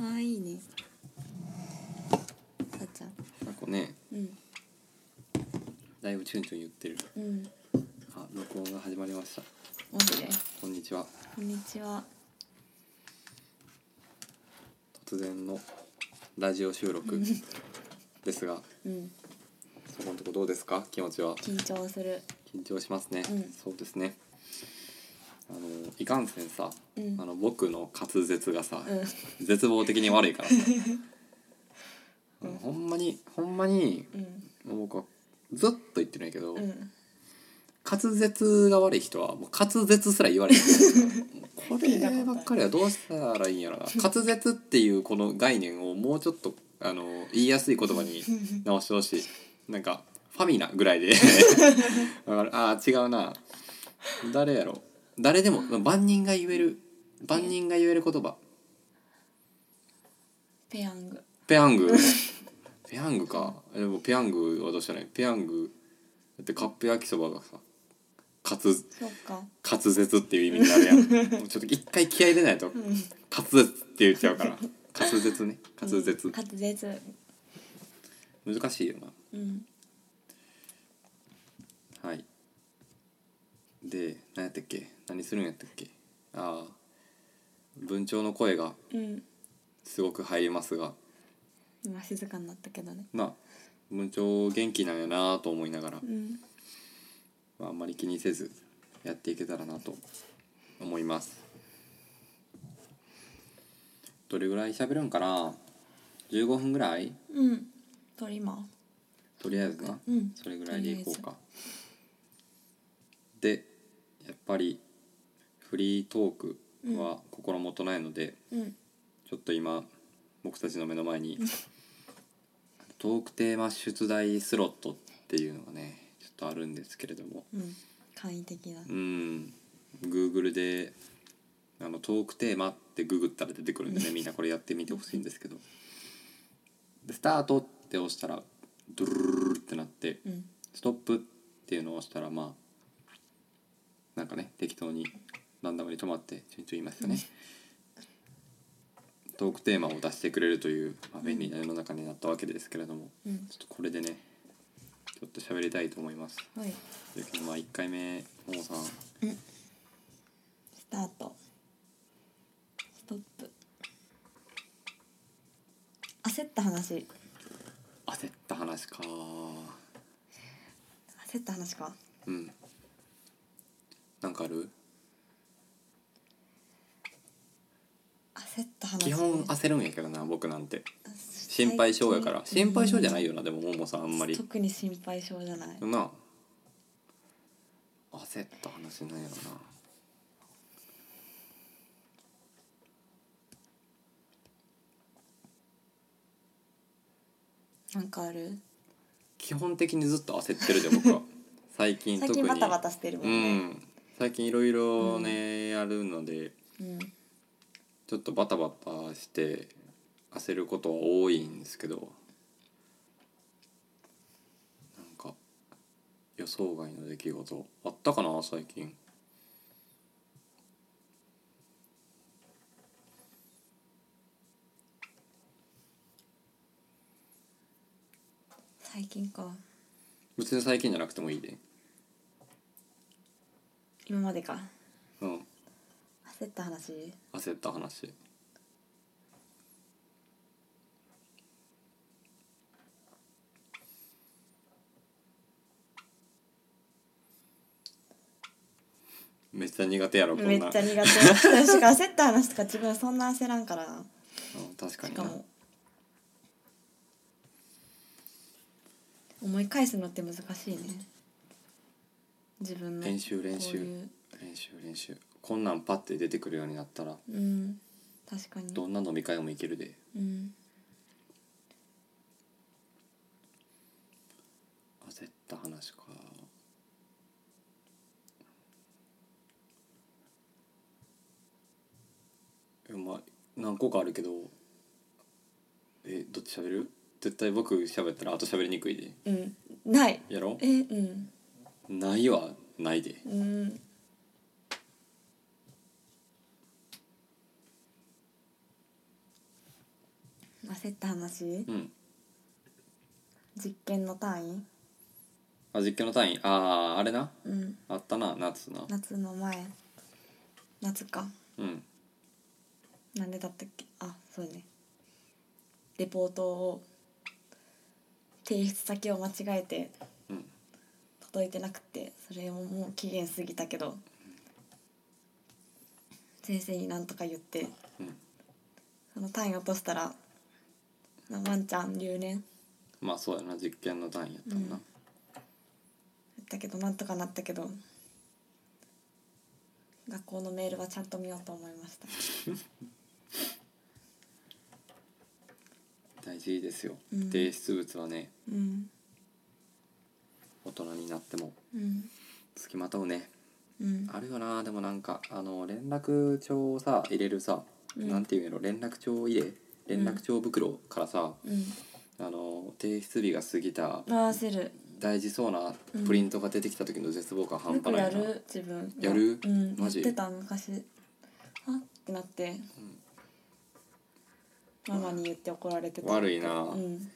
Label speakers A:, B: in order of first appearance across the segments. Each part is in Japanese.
A: あーいいねさっちゃん
B: なんかね
A: うん
B: だいぶチュンチュン言ってる
A: うん
B: あ録音が始まりました
A: マジで
B: こんにちは
A: こんにちは
B: 突然のラジオ収録ですが
A: うん
B: そこのとこどうですか気持ちは
A: 緊張する
B: 緊張しますね、
A: うん
B: そうですねあのいかんせんさ、
A: うん
B: あの僕の滑舌がさ、
A: うん
B: 絶望的に悪い からさ、うんほんまにほんまに
A: うん
B: 僕はずっと言ってるんやけど、
A: うん
B: 滑舌が悪い人はもう滑舌すら言われへんこればっかりはどうしたらいいんやろな滑舌っていうこの概念をもうちょっとあの言いやすい言葉に直してほしいなんかファミナぐらいでわかるあー違うな誰やろ誰でも万人が言える万人が言える言葉
A: ペヤング
B: ペヤングペヤングかでもペヤングはどうしたらいいペヤングだってカップ焼きそばがさ滑舌
A: そうか
B: 滑舌っていう意味になるやんもうちょっと一回気合い入れないと
A: うん
B: 滑舌って言っちゃうから滑舌ね滑
A: う
B: 舌
A: ん、滑舌
B: 難しいよな
A: うん
B: はいで何やったっけ何するんやったっけああ文鳥の声が
A: うん
B: すごく入りますが
A: 今静かになったけどね
B: まあ文鳥元気なんやなと思いながら
A: う、ん
B: まあ、あんまり気にせずやっていけたらなと思いますどれぐらい喋るんかな15分ぐらい
A: うん取りま
B: とりあえずな、
A: うん
B: それぐらいでいこうかでやっぱりフリートークは心もとないので、
A: うん
B: ちょっと今僕たちの目の前にトークテーマ出題スロットっていうのがねちょっとあるんですけれども
A: うん簡易的だ
B: うん Google であのトークテーマってググったら出てくるんでねみんなこれやってみてほしいんですけどでスタートって押したらドゥルルルルってなって、
A: うん
B: ストップっていうのを押したらまあなんかね適当にランダムに止まって順調言いましたね。トークテーマを出してくれるという、まあ、便利な世の中になったわけですけれども、
A: うん
B: ちょっとこれでねちょっと喋りたいと思います。
A: はい
B: ということでまあ1回目ももさん
A: スタートストップ焦った話
B: 焦った話か
A: 焦った話か
B: うんなんかある
A: 焦った話
B: 基本焦るんやけどな僕なんて
A: あ
B: 心配性やから
A: 最近
B: 心配性じゃないよなでもももさんあんまり
A: 特に心配性じゃない
B: なあ焦った話なんやろな
A: なんかある
B: 基本的にずっと焦ってるで僕 は最近
A: 最
B: 特に
A: 近バタバタしてるも
B: うん
A: ね
B: ん最近いろいろね、やるので
A: うん
B: ちょっとバタバタして焦ることは多いんですけどなんか予想外の出来事あったかな最近
A: 最近か
B: 別に最近じゃなくてもいいで
A: 今までか
B: うん
A: 焦った話
B: 焦った話めっちゃ苦手やろこんな
A: めっちゃ苦 手しかも焦った話とか自分そんな焦らんからな
B: うん確か
A: し
B: に
A: か
B: な
A: も思い返すのって難しいね自分の
B: 練習練習
A: こういう
B: 練習練習こんなんパッて出てくるようになったら
A: うん確かに
B: どんな飲み会もいけるで
A: うん
B: 焦った話かえまあ何個かあるけどえどっち喋る絶対僕喋ったら後喋りにくいで
A: うんない
B: やろ
A: えうん
B: ないはないで
A: うん焦った話
B: うん
A: 実験の単位
B: あ実験の単位あああれな
A: うん
B: あったな夏な
A: 夏の前夏か
B: うん
A: なんでだったっけあそうねレポートを提出先を間違えて
B: うん
A: 届いてなくてそれももう期限過ぎたけど先生になんとか言って
B: うん
A: その単位落としたらなワンちゃん留年
B: まあそうやな実験の単位やったんな、
A: うんだったけどなんとかなったけど学校のメールはちゃんと見ようと思いま した
B: 大事ですよ、
A: うん
B: 提出物はね
A: うん
B: 大人になっても
A: うん
B: 付きまとうね
A: うん
B: あるよなでもなんかあの連絡帳をさ入れるさ、
A: うん
B: なんていうんやろ連絡帳入れ連絡帳袋からさ、
A: うん
B: あの提出日が過ぎた
A: 回せる
B: 大事そうなプリントが出てきた時の絶望感半
A: よ
B: 端
A: く
B: な
A: や
B: いな、
A: る自分
B: やる
A: うん
B: マジ
A: やってた昔あってなって、ママに言って怒られてた
B: 悪いな
A: うん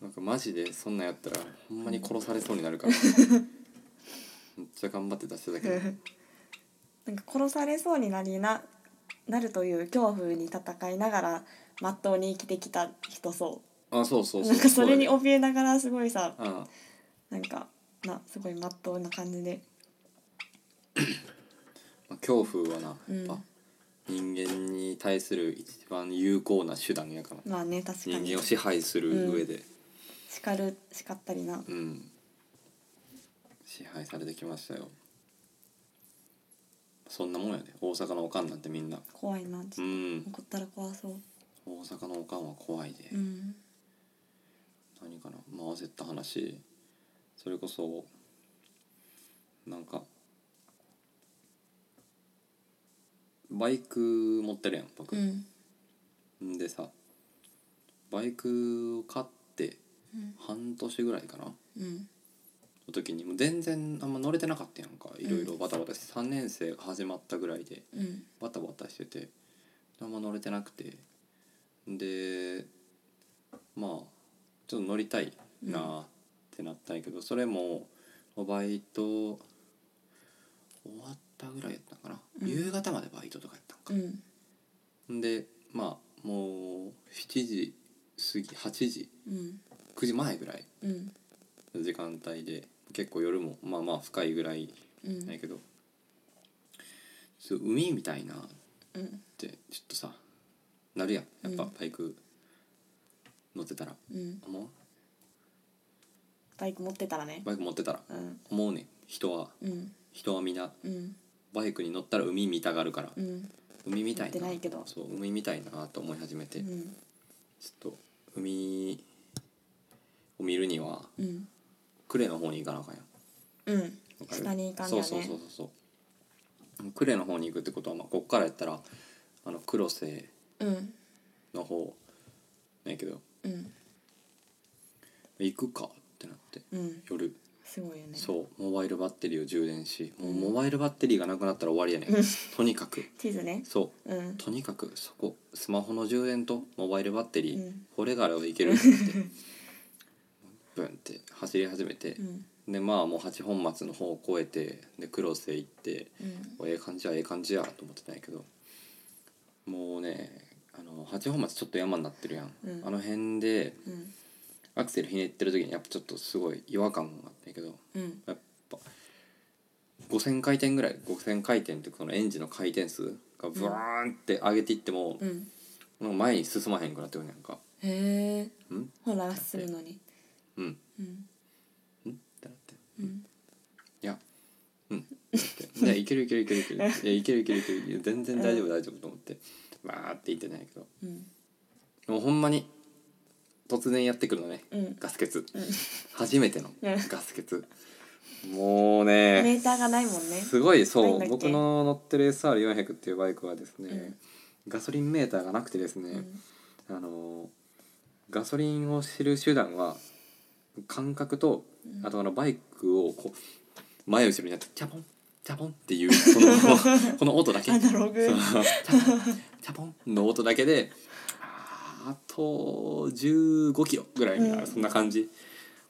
B: なんかマジでそんなんやったらほんまに殺されそうになる からめっちゃ頑張って出してたけど
A: なんか殺されそうになりななるという恐怖に戦いながらまっとうに生きてきた人そ
B: あそうそう
A: う
B: そう
A: なんかそれに
B: う
A: 怯えながらすごいさ
B: だよあ
A: なんかなすごいまっとうな感じで
B: まあ恐怖はな
A: うん
B: やっぱ、人間に対する一番有効な手段やから
A: まあね確か
B: 人
A: に
B: 間を支配する上で
A: 叱る叱ったりな
B: うん、支配されてきましたよそんなもんやね大阪のおかんなんてみんな
A: 怖いなちょ
B: う
A: っ
B: ん
A: と怒ったら怖そう
B: 大阪のおかんは怖いで、
A: うん
B: 何かな回せた話それこそなんかバイク持ってるやん僕
A: う、ん
B: ん、でさバイクを買って
A: うん
B: 半年ぐらいかな
A: うん
B: の時にもう全然あんま乗れてなかったやんかいろいろバタバタして3年生が始まったぐらいで
A: うん
B: バタバタしててあんま乗れてなくてでまあちょっと乗りたいなあってなったんやけど、それもバイト終わったぐらいやったんかな、
A: うん
B: 夕方までバイトとかやったんか
A: う、ん
B: でまあもう7時過ぎ8時
A: うん
B: 9時前ぐらい
A: うん
B: の時間帯で結構夜もまあまあ深いぐらい
A: うん
B: なんやけど、そう海みたいな
A: うん
B: ってちょっとさなるやんやっ
A: う
B: ぱ
A: ん
B: バイク乗ってたら、
A: うん
B: 思
A: バイク持ってたらね
B: うバイク持ってたら
A: うん
B: 思うねん人は
A: うん
B: 人は皆
A: うん
B: バイクに乗ったら海見たがるから、
A: うん
B: 海みた
A: 乗
B: い
A: って
B: な
A: ないけど
B: そう海みたいなと思い始めて、
A: う
B: ち
A: ん
B: ょっと海を見るには
A: うん
B: 呉の方に行かなあかんやん
A: うん
B: わかる
A: 下に行かんだ
B: そう
A: よ
B: そうそう
A: ね
B: そうそう呉の方に行くってことは、まあ、こっからやったらあの黒瀬
A: うん
B: の方なんやけど
A: うん
B: 行くかってなって
A: うん
B: 夜
A: すごいよね
B: そうモバイルバッテリーを充電しもううんモバイルバッテリーがなくなったら終わりやね、ん、とにかく
A: 地図ね
B: そ
A: うん
B: うとにかくそこスマホの充電とモバイルバッテリー、
A: うん
B: これがあればいけるって言ってブンって走り始めて
A: う、ん
B: でまあもう八本松の方を越えてで黒瀬行って
A: うん
B: ええ感じやええ感じやと思ってたんやけどもうねあの八本松ちょっと山になってるやん、
A: うん
B: あの辺で
A: うん
B: アクセルひねってる時にやっぱちょっとすごい違和感があったんやけど、
A: うん
B: やっぱ5,000回転ぐらい5,000回転ってこのエンジンの回転数がブワーンって上げていっても、
A: うん
B: なんか前に進まへんくなってくるんやんか
A: へえ
B: 「うん
A: ほらするのに
B: うんん
A: うん
B: ってなって「
A: うん
B: いやうん」って「いやいけるいけるいけるいける」いや「いけるいけるいけるいける」全然大丈夫大丈夫と思ってわーって言ってないけど
A: うん
B: もうほんまに突然やってくるのね、
A: うん
B: ガス欠、
A: うん
B: 初めての
A: うん
B: ガス欠、もうね
A: メーターがないもんね
B: すごい
A: ない
B: そ
A: んだ
B: う
A: っけ
B: 僕の乗ってる SR400 っていうバイクはですね、ガソリンメーターがなくてです
A: う
B: ね、
A: ん
B: あのーガソリンを知る手段は感覚と、あとあのバイクをこう前後ろにやってチャポンチャポンっていうこ のこの音だけ
A: アナログ
B: そうチャポンチャポンの音だけでああと15キロぐらいみたいな、
A: うん
B: そんな感じ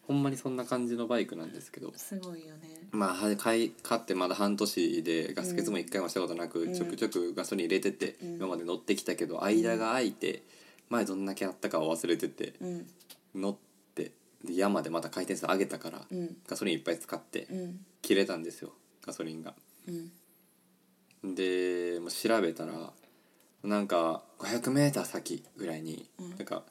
B: ほんまにそんな感じのバイクなんですけど
A: すごいよね
B: まあは買い買ってまだ半年でガス欠も一回もしたことなく、
A: うん
B: ちょくちょくガソリン入れてて、
A: うん
B: 今まで乗ってきたけど間が空いて前どんだけあったかを忘れてて
A: うん
B: 乗ってで山でまた回転数上げたから、
A: うん
B: ガソリンいっぱい使って
A: うん
B: 切れたんですよガソリンが。
A: うん
B: でもう調べたらなんか 500m 先ぐらいに、
A: うん
B: なんか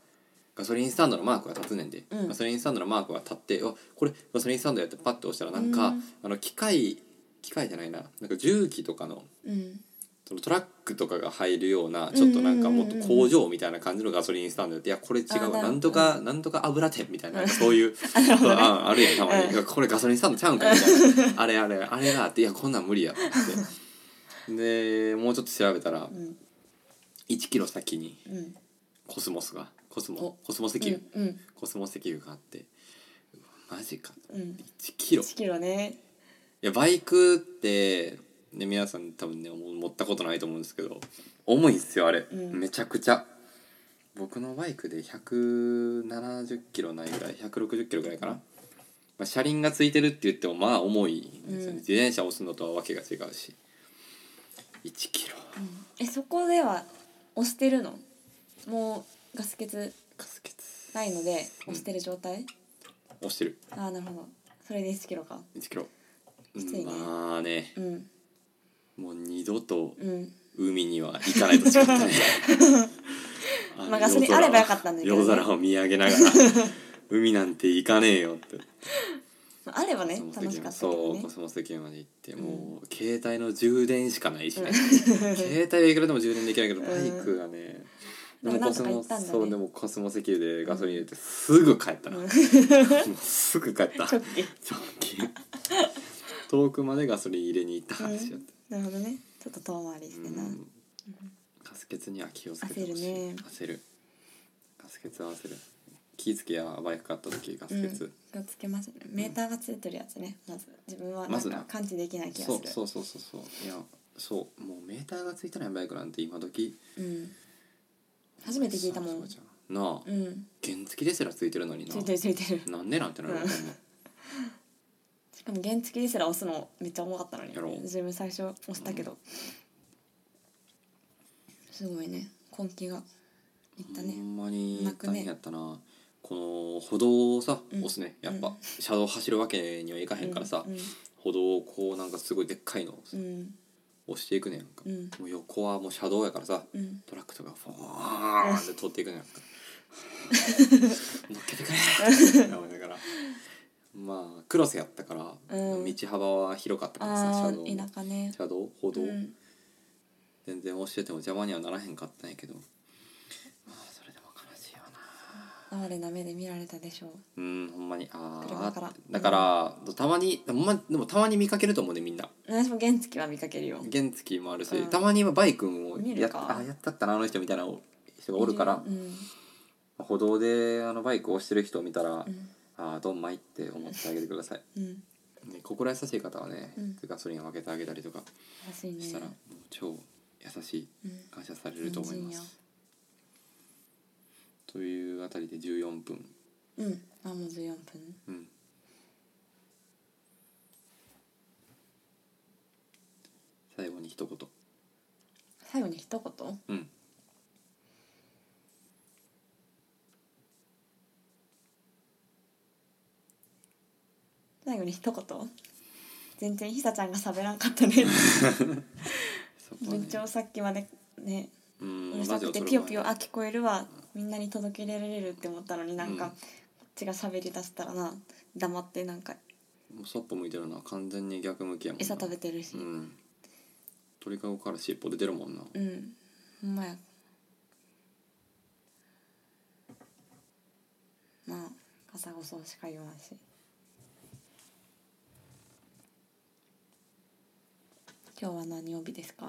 B: ガソリンスタンドのマークが立つねんで、
A: うん
B: ガソリンスタンドのマークが立って「あこれガソリンスタンドや」ってパッと押したらなんか、
A: うん
B: あの機械機械じゃないななんか重機とかの
A: うん
B: そのトラックとかが入るようなちょっとなんかもっと工場みたいな感じのガソリンスタンドで「いやこれ違
A: あ
B: う
A: な
B: わ
A: ん
B: なんとかなんとか油店」みたいなそういう
A: あなるほどね
B: ああるやんたま
A: う
B: に
A: ん
B: いや「これガソリンスタンドちゃうんか」みたいな「あれあれあれがあっていやこんなん無理や」ってでもうちょっと調べた
A: う
B: ら
A: ん
B: 1キロ先に
A: うん
B: コスモスがコス
A: お
B: モコスモ石油
A: うん
B: コスモ石油があってうわマジか
A: うん
B: 1キロ
A: 1キロね
B: いやバイクって、ね、皆さん多分ねもう持ったことないと思うんですけど重いんですよあれ、
A: うん
B: めちゃくちゃ僕のバイクで170キロないぐらい160キロぐらいかな、まあ、車輪がついてるって言ってもまあ重いんですよね、
A: うん
B: 自転車を押すのとはわけが違うし1キロ
A: えそこでは押してるのもうガス欠
B: ガスケツ
A: ないので押してる状態、
B: 押してる
A: ああなるほどそれで1キロか
B: 1キロ
A: きついね
B: まあね
A: うん
B: もう二度と
A: うん
B: 海には行かないとしかない
A: まあガソリンあればよかったんだけどね
B: 夜空を見上げな がら海なんて行かねえよって
A: まああればね
B: コスモ
A: 楽
B: 石
A: しか
B: 油
A: ったけど
B: そう
A: ね
B: コスモ石油まで行って
A: ん
B: もう携帯の充電しかないしね携帯はいくらでも充電できないけど
A: うん
B: バイクがね
A: でもなんとか行ったんだね
B: そうでもコスモ石油でガソリン入れてすぐ帰ったな、
A: うん
B: もう すぐ 帰った
A: 直帰
B: 直近遠くまでガソリン入れに行った話やった、
A: なるほどねちょっと遠回りしてな、
B: うんガス欠には気をつけてほし
A: 焦
B: い
A: るね
B: 焦るガス欠は焦る気ぃつけやバイク買った時ガス欠、
A: 気をつけますねメーターがついてるやつねまず自分はな
B: ま
A: ん
B: ずな
A: か感知できない気がす
B: そう
A: る、
B: そうそうそうそういやそうもうメーターがついてないバイクなんて今時
A: うん初めて聞いたもん
B: そうじゃんなあ、
A: うん
B: 原付ですらついてるのに
A: ついてる
B: な
A: ついてる
B: なんでなんてなるの、
A: うんしかも原付ですら押すのめっちゃ重かったのに
B: やろ
A: 自分最初押したけど、すごいね根気がいった
B: ほ
A: ね
B: んまに
A: 泣くね
B: 大変やったな、この歩道をさ、
A: うん
B: 押すねやっぱ、
A: うん
B: 車道走るわけにはいかへんからさ、
A: うん
B: 歩道をこうなんかすごいでっかいのを
A: う
B: さ
A: ん
B: 押していくねやんか、
A: うん
B: もう横はもう車道やからさ、
A: うん
B: トラックとかフォーンって通ってい くのやんか乗っけてくれって思いながらまあクロスやったから、
A: うん
B: 道幅は広かったからさ
A: あ
B: 車
A: あ
B: 道
A: 田舎ね
B: 車道歩道、
A: うん
B: 全然押してても邪魔にはならへんかったんやけどまあそれでも悲しいよな
A: 哀れな目で見られたでしょう
B: うんほんまにあ
A: 車から
B: あだから、たまに、ほんま、でもたまに見かけると思うねみんな
A: 私も原付は見かけるよ
B: 原付もあるし、
A: うん
B: たまにはバイクも
A: 見
B: や
A: る
B: っ
A: か
B: あやったったなあの人みたいな人がおるから
A: うん
B: 歩道であのバイクを押してる人を見たら、
A: うん
B: ああどんまいって思ってあげてください、
A: うん
B: ね、心優しい方はね、
A: うん
B: ガソリンを分けてあげたりとか
A: 優しいね
B: したら、もう超優しい
A: うん
B: 感謝されると思いま
A: 感
B: すというあたりで14分
A: うんあもう14分
B: うん最後に一言
A: 最後に一言
B: うん
A: 最後に一言全然ひさちゃんが喋らんかった ね
B: そこは
A: 緊
B: ね
A: 張さっきまでね
B: う
A: うんるさくて
B: ラ
A: ピ
B: ジオ
A: ヨピヨあ聞こえるわみんなに届けられるって思ったのになんか、
B: うん
A: こっちが喋り出したらな黙ってなんか
B: もうそっぽ向いてるな完全に逆向きやもんな
A: 餌食べてるし
B: う、ん鳥かごから尻尾出てるもんな
A: うんほんまやまあ朝ごそうしか言わんし今日は何曜日ですか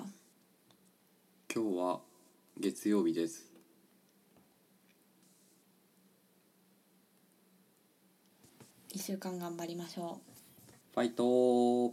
B: 今日は月曜日です
A: 一週間頑張りましょう
B: ファイトー